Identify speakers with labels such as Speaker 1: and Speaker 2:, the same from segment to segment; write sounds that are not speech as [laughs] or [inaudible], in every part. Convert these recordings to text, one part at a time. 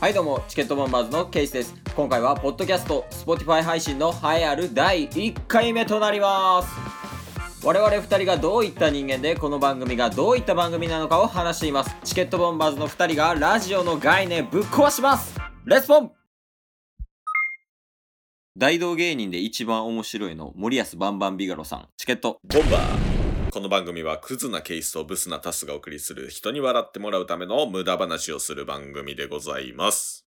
Speaker 1: はいどうもチケットボンバーズのケイスです今回はポッドキャスト Spotify 配信の栄えある第1回目となります我々2人がどういった人間でこの番組がどういった番組なのかを話していますチケットボンバーズの2人がラジオの概念ぶっ壊しますレッツポン大道芸人で一番面白いの森安バンバンビガロさんチケット
Speaker 2: ボンバーこの番組はクズなケースとブスなタスがお送りする人に笑ってもらうための無駄話をする番組でございます。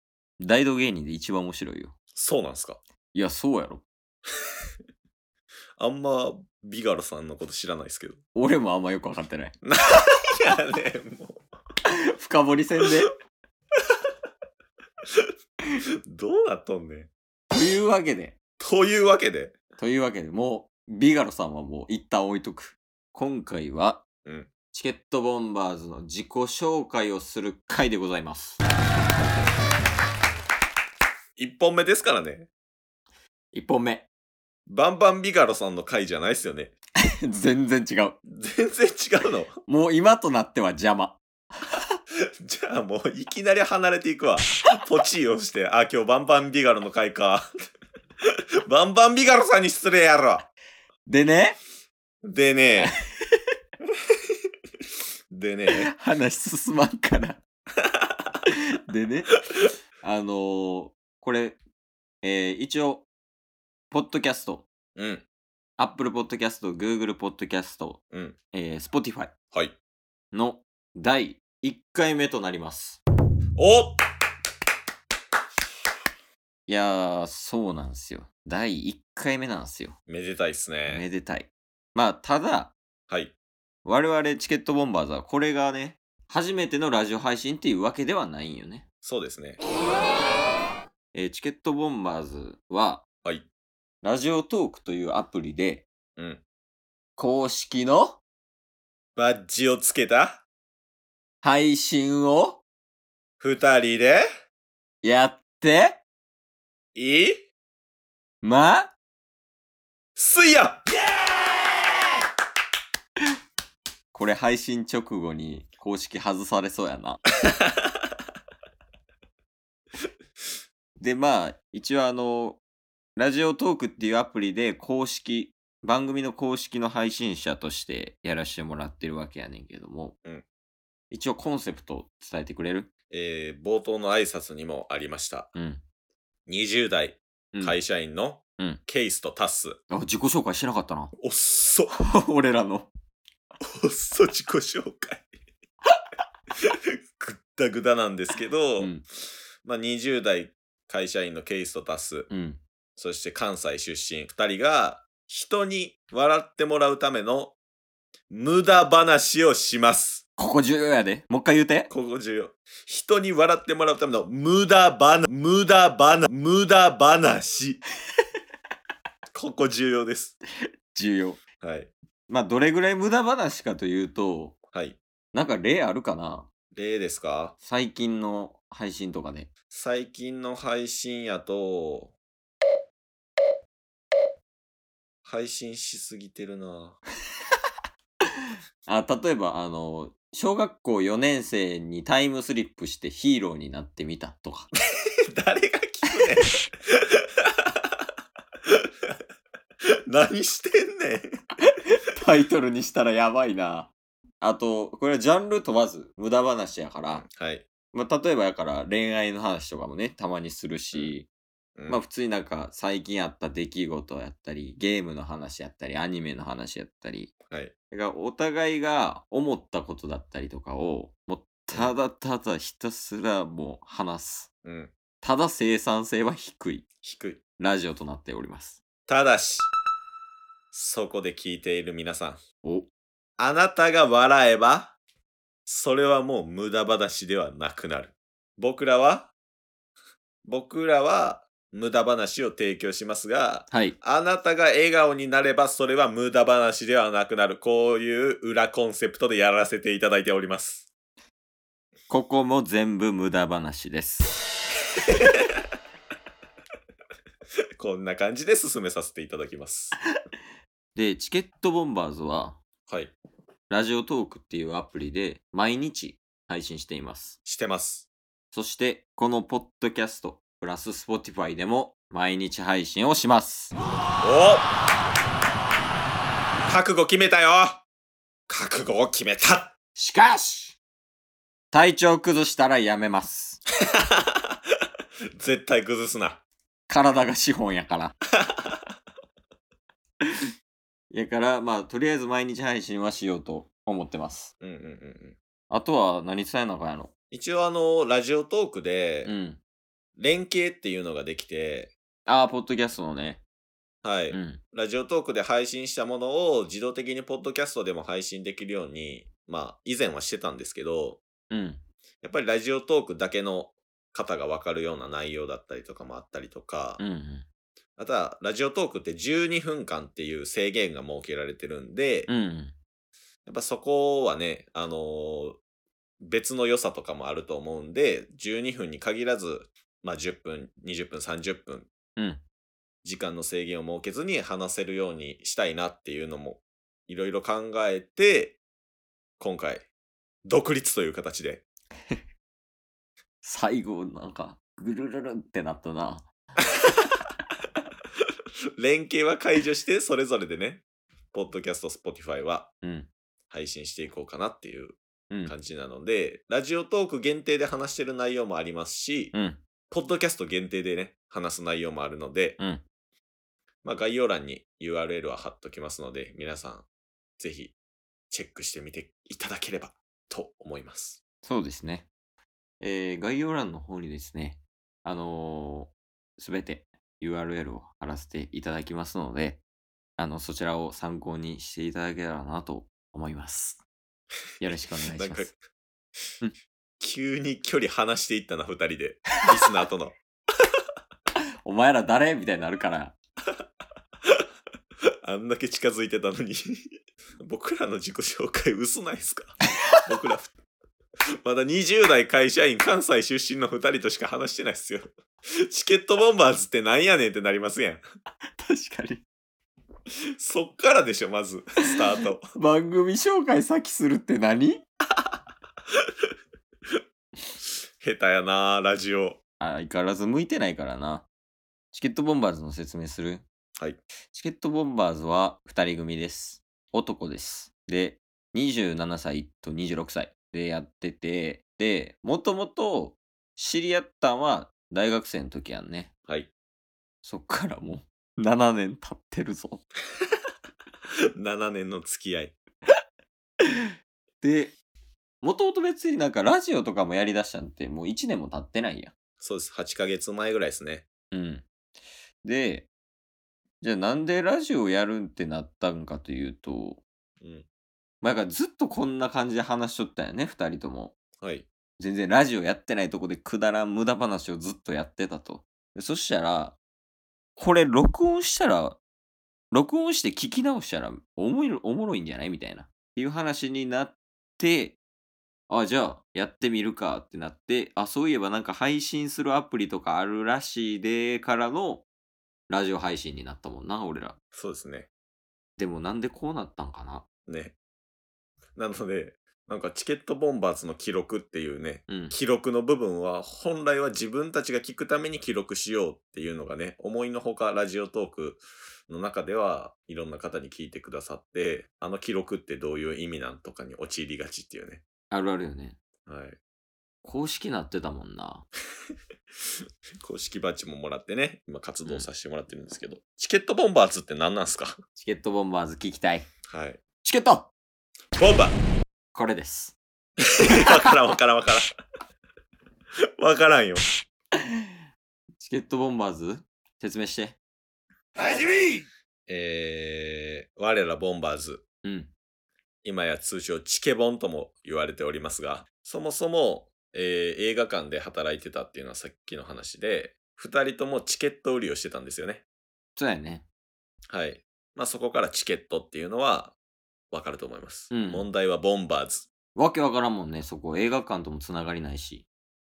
Speaker 1: 大道芸人で一番面白いよ
Speaker 2: そうなんすか
Speaker 1: いやそうやろ
Speaker 2: あんまビガロさんのこと知らないですけど。
Speaker 1: 俺もあんまよく分かってない
Speaker 2: いやね、も
Speaker 1: 深掘り戦 [laughs] で
Speaker 2: う、どうなっとんねん。
Speaker 1: というわけで
Speaker 2: というわけで、
Speaker 1: というわけでもうビガロさんはもう一旦置いとく今回は、
Speaker 2: うん
Speaker 1: チケットボンバーズの自己紹介をする回でございます
Speaker 2: 1本目ですからね。
Speaker 1: 1本目 [laughs]
Speaker 2: バンバンビガロさんの回じゃないですよね。
Speaker 1: 全然違う
Speaker 2: 全然違うの。
Speaker 1: もう今となっては邪魔
Speaker 2: じゃあもういきなり離れていくわ。ポチーをして、あ、今日バンバンビガロの回か。バンバンビガロさんに失礼やろ。
Speaker 1: でね [laughs]
Speaker 2: でねでね
Speaker 1: 話進まんから [laughs] でねあのーこれ、えー一応ポッドキャスト
Speaker 2: うん。
Speaker 1: Apple Podcast、Google Podcast、
Speaker 2: うん
Speaker 1: えー Spotify
Speaker 2: はい。
Speaker 1: の第1回目となります。
Speaker 2: お
Speaker 1: いやー、そうなんですよ。第1回目なんですよ。
Speaker 2: めでたいっす
Speaker 1: め
Speaker 2: ね。
Speaker 1: でたい。まあ、ただ、
Speaker 2: はい。
Speaker 1: 我々チケットボンバーズはこれがね、初めてのラジオ配信っていうわけではないんよね。
Speaker 2: そうですね。
Speaker 1: えーチケットボンバーズは、
Speaker 2: はい。
Speaker 1: ラジオトークというアプリで、
Speaker 2: うん。
Speaker 1: 公式の
Speaker 2: バッジをつけた
Speaker 1: 配信を
Speaker 2: 二人で
Speaker 1: やって
Speaker 2: いいますや
Speaker 1: これ配信直後に公式外されそうやな。で、まあ、一応あの、ラジオトークっていうアプリで公式、番組の公式の配信者としてやらしてもらってるわけやねんけども、
Speaker 2: うん
Speaker 1: 一応コンセプト伝えてくれる
Speaker 2: えー、冒頭の挨拶にもありました。
Speaker 1: うん。
Speaker 2: 20代
Speaker 1: うん
Speaker 2: 会社員の
Speaker 1: うん
Speaker 2: ケイスとタッス。
Speaker 1: あ、自己紹介してなかったな。 [laughs]
Speaker 2: おっそ、
Speaker 1: 俺らの。
Speaker 2: おっそ自己紹介。 [laughs] ぐったぐだなんですけど、
Speaker 1: うん。
Speaker 2: まあ、20代会社員のケイスとタス
Speaker 1: うん。
Speaker 2: そして関西出身2人が人に笑ってもらうための無駄話をします。
Speaker 1: ここ重要やで。もう一回言うて。
Speaker 2: ここ重要。人に笑ってもらうための無駄話、無駄話、無駄話。ここ重要です。
Speaker 1: 重要。
Speaker 2: はい。
Speaker 1: まあ、どれぐらい無駄話かというと、
Speaker 2: はい。
Speaker 1: なんか例あるかな
Speaker 2: 例ですか
Speaker 1: 最近の配信とかで。
Speaker 2: 最近の配信やと、配信しすぎてるな。
Speaker 1: あ例えば、あの、小学校4年生にタイムスリップしてヒーローになってみたと
Speaker 2: [laughs]
Speaker 1: か。
Speaker 2: 誰が聞くねん何してん [laughs] ねん
Speaker 1: タイトルにしたらやばいな。あと、これはジャンル問わず無駄話やから、
Speaker 2: はい、
Speaker 1: まあ、例えばやから恋愛の話とかもね、たまにするし、
Speaker 2: うん
Speaker 1: まあ普通になんか最近あった出来事やったり、ゲームの話やったり、アニメの話やったり、
Speaker 2: はい
Speaker 1: だからお互いが思ったことだったりとかを、もうただただひたすらもう話す。
Speaker 2: うん、
Speaker 1: ただ生産性は低い
Speaker 2: 低い
Speaker 1: ラジオとなっております。
Speaker 2: ただしそこで聞いている皆さん
Speaker 1: お
Speaker 2: あなたが笑えばそれはもう無駄話ではなくなる僕らは僕らは無駄話を提供しますが
Speaker 1: はい。
Speaker 2: あなたが笑顔になればそれは無駄話ではなくなるこういう裏コンセプトでやらせていただいております
Speaker 1: ここも全部無駄話です。
Speaker 2: こんな感じで進めさせていただきます。
Speaker 1: で、チケットボンバーズは、
Speaker 2: はい。
Speaker 1: ラジオトークっていうアプリで毎日配信しています。
Speaker 2: してます。
Speaker 1: そして、このポッドキャスト、プラス Spotify でも毎日配信をします。
Speaker 2: お覚悟決めたよ覚悟を決めた
Speaker 1: しかし体調崩したらやめます。
Speaker 2: 絶対崩すな。
Speaker 1: 体が資本やから。やから、まあ、とりあえず毎日配信はしようと思ってます。
Speaker 2: うんうんうんうん。
Speaker 1: あとは何伝えなあかんやろ。
Speaker 2: 一応あの、ラジオトークで
Speaker 1: う、ん。
Speaker 2: 連携っていうのができて、
Speaker 1: ああ、ポッドキャストのね。
Speaker 2: はい、
Speaker 1: うん。
Speaker 2: ラジオトークで配信したものを自動的にポッドキャストでも配信できるように、まあ、以前はしてたんですけど、
Speaker 1: うん。
Speaker 2: やっぱりラジオトークだけの方がわかるような内容だったりとかもあったりとか、
Speaker 1: うんうん。
Speaker 2: あとはラジオトークって12分間っていう制限が設けられてるんで、
Speaker 1: うんうん。
Speaker 2: やっぱそこはね、あのー別の良さとかもあると思うんで、12分に限らず、まあ、10分、20分、30分、
Speaker 1: うん
Speaker 2: 時間の制限を設けずに話せるようにしたいなっていうのも、いろいろ考えて、今回、独立という形で。 [laughs]
Speaker 1: 最後、なんか、ぐるるるってなったな。
Speaker 2: 連携は解除して、それぞれでね、ポッドキャスト、スポティファイは
Speaker 1: うん。
Speaker 2: 配信していこうかなっていう
Speaker 1: うん。
Speaker 2: 感じなので、ラジオトーク限定で話してる内容もありますし、
Speaker 1: うん。
Speaker 2: ポッドキャスト限定でね、話す内容もあるので、
Speaker 1: うん
Speaker 2: まあ概要欄に URL は貼っときますので、皆さん、ぜひチェックしてみていただければと思います。
Speaker 1: そうですね。えー、概要欄の方にですね、あのー、すべて URL を貼らせていただきますので、あの、そちらを参考にしていただけたらなと思います。よろしくお願いし
Speaker 2: なん
Speaker 1: ま
Speaker 2: か
Speaker 1: す。うん、
Speaker 2: 急に距離離していったな、二人で。リスナー
Speaker 1: [laughs]
Speaker 2: との。
Speaker 1: お前ら誰みたいになるから。
Speaker 2: あんだけ近づいてたのに。 [laughs] 僕らの自己紹介薄な
Speaker 1: [laughs]
Speaker 2: いですか僕ら、まだ20代会社員、関西出身の2人としか話してないっすよ。チケットボンバーズってなんやねんってなりますやん。
Speaker 1: 確かに。
Speaker 2: そっからでしょ、まず、スタート。
Speaker 1: 番組紹介先するって何
Speaker 2: 下手やなラジオ。
Speaker 1: あ相変わらず向いてないからな。チケットボンバーズの説明する
Speaker 2: はい。
Speaker 1: チケットボンバーズは2人組です。男です。で、27歳と26歳でやってて、で、もともと知り合ったんは大学生の時やんね。
Speaker 2: はい。
Speaker 1: そっからもう7年 [laughs] 経ってるぞ。
Speaker 2: 7年の付き合い。
Speaker 1: で、もともと別になんかラジオとかもやりだしたんってもう1年も経ってないやん。
Speaker 2: そうです。8ヶ月前ぐらいですね。
Speaker 1: うん。で、じゃあなんでラジオやるんってなったんかというと、
Speaker 2: うん。
Speaker 1: まあ、なんかずっとこんな感じで話しとったよね、2人とも。
Speaker 2: はい。
Speaker 1: 全然ラジオやってないとこでくだらん無駄話をずっとやってたと。でそしたら、これ録音したら、録音して聞き直したらおもろおもろいんじゃないみたいな。っていう話になって、あ、じゃあやってみるかってなって、あ、そういえばなんか配信するアプリとかあるらしいでからのラジオ配信になったもんな、俺ら。
Speaker 2: そうですね。
Speaker 1: でもなんでこうなったんかな。
Speaker 2: ね。なので、なんかチケットボンバーズの記録っていうね、
Speaker 1: うん。
Speaker 2: 記録の部分は本来は自分たちが聞くために記録しようっていうのがね、思いのほかラジオトークの中ではいろんな方に聞いてくださって、あの記録ってどういう意味なんとかに陥りがちっていうね。
Speaker 1: あるあるよね。
Speaker 2: はい。
Speaker 1: 公式なってたもんな。
Speaker 2: 公式バッジももらってね、今活動させてもらってるんですけど、チケットボンバーズって何なんすか [laughs]
Speaker 1: チケットボンバーズ聞きたい。
Speaker 2: はい。
Speaker 1: チケット
Speaker 2: ボンバー [laughs]
Speaker 1: これです。
Speaker 2: わからんわからんわからん。 [laughs] わからんよ。
Speaker 1: チケットボンバーズ説明して。
Speaker 2: はじめえー、我らボンバーズ。
Speaker 1: うん。
Speaker 2: 今や通称チケボンとも言われておりますが、そもそも、えー映画館で働いてたっていうのはさっきの話で、二人ともチケット売りをしてたんですよね。
Speaker 1: そうやね。
Speaker 2: はい。まあそこからチケットっていうのはわかると思います。
Speaker 1: うん
Speaker 2: 問題はボンバーズ。
Speaker 1: わけわからんもんね、そこ。映画館ともつながりないし。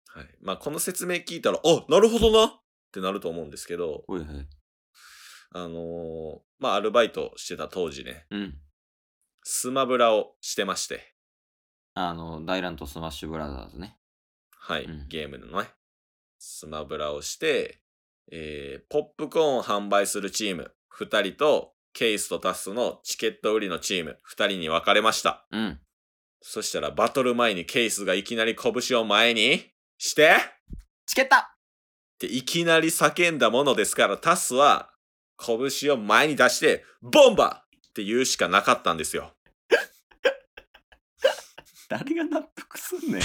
Speaker 2: はい。まあこの説明聞いたら、あ、なるほどなってなると思うんですけど、
Speaker 1: おいはい。
Speaker 2: あのーまあアルバイトしてた当時ね、
Speaker 1: うん。
Speaker 2: スマブラをしてまして、
Speaker 1: あの、大乱とスマッシュブラザーズね。
Speaker 2: はい、
Speaker 1: うん
Speaker 2: ゲームのね、スマブラをして、えーポップコーンを販売するチーム2人と、ケイスとタスのチケット売りのチーム2人に分かれました。
Speaker 1: うん。
Speaker 2: そしたらバトル前にケイスがいきなり拳を前にしてっ
Speaker 1: チケット
Speaker 2: ていきなり叫んだものですから、タスは拳を前に出して、ボンバーって言うしかなかったんですよ。
Speaker 1: 誰が納得すんねん。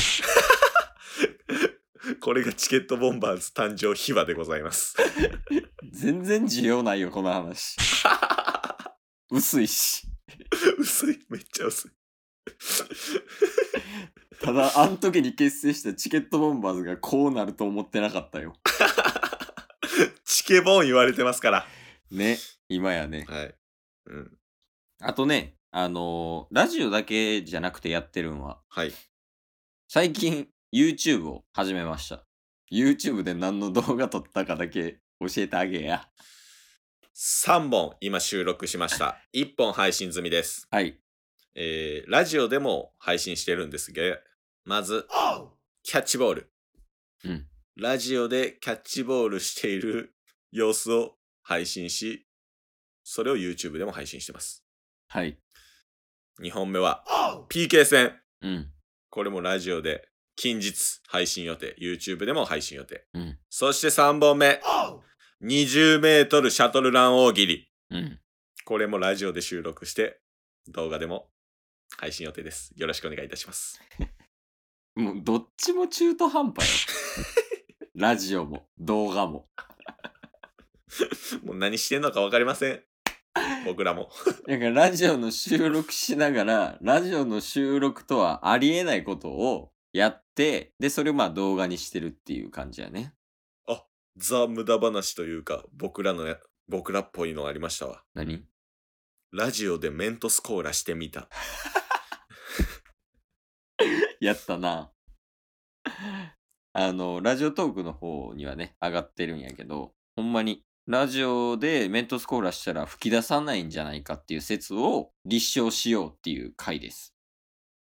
Speaker 2: これがチケットボンバーズ誕生秘話でございます。 [laughs]
Speaker 1: 全然需要ないよ、この [laughs] 話。薄いし。
Speaker 2: 薄い、めっちゃ薄い。
Speaker 1: ただ、あの時に結成したチケットボンバーズがこうなると思ってなかったよ。
Speaker 2: チケボン言われてますから。
Speaker 1: ね、今やね。
Speaker 2: はい。うん。
Speaker 1: あとね、あのーラジオだけじゃなくてやってるんは、
Speaker 2: はい。
Speaker 1: 最近 YouTube を始めました。YouTube で何の動画撮ったかだけ教えてあげや。
Speaker 2: 3本今収録しました。1本配信済みです。
Speaker 1: はい。
Speaker 2: えー、ラジオでも配信してるんですが、まず、キャッチボール。
Speaker 1: うん
Speaker 2: ラジオでキャッチボールしている様子を配信し、それを YouTube でも配信してます。
Speaker 1: はい。
Speaker 2: 2本目は、PK 戦。
Speaker 1: うん。
Speaker 2: これもラジオで近日配信予定 YouTube でも配信予定、
Speaker 1: うん
Speaker 2: そして3本目 20m シャトルラン大喜利
Speaker 1: うん。
Speaker 2: これもラジオで収録して動画でも配信予定ですよろしくお願いいたします
Speaker 1: もうどっちも中途半端 [laughs] よ。ラジオも動画も。
Speaker 2: もう何してんのか分かりません僕らも
Speaker 1: だからラジオの収録しながら、ラジオの収録とはありえないことをやって、で、それをまあ動画にしてるっていう感じやね。
Speaker 2: ザ・無駄話というか僕らのや僕らっぽいのありましたわ
Speaker 1: 何
Speaker 2: ラジオでメントスコーラしてみた
Speaker 1: [laughs] やったな。あの、ラジオトークの方にはね、上がってるんやけど、ほんまに、ラジオでメントスコーラしたら吹き出さないんじゃないかっていう説を立証しようっていう回です。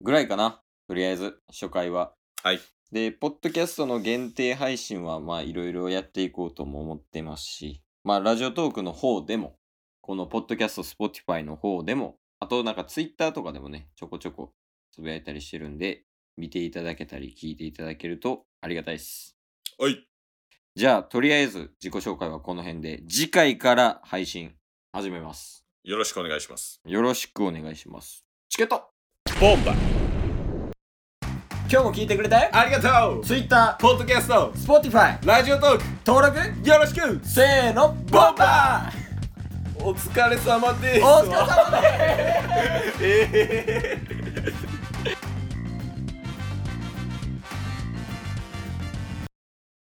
Speaker 1: ぐらいかな。とりあえず、初回は。
Speaker 2: はい。
Speaker 1: で、ポッドキャストの限定配信は、まあ、いろいろやっていこうとも思ってますし、まあ、ラジオトークの方でも、このポッドキャスト、スポティファイの方でも、あとなんかツイッターとかでもね、ちょこちょこつぶやいたりしてるんで、見ていただけたり、聞いていただけるとありがたいです。
Speaker 2: おい
Speaker 1: じゃあ、とりあえず自己紹介はこの辺で、次回から配信始めます。
Speaker 2: よろしくお願いします
Speaker 1: よろしくお願いします。チケット
Speaker 2: ボンバ
Speaker 3: 今日も聞いてくれたよ
Speaker 2: ありがとう
Speaker 3: Twitter、
Speaker 2: ポッドキャスト
Speaker 3: Spotify、
Speaker 2: ラジオトーク
Speaker 3: 登録
Speaker 2: よろしく
Speaker 3: せーの、ボンバー
Speaker 2: お疲れ様です
Speaker 3: お疲れ様です
Speaker 2: えー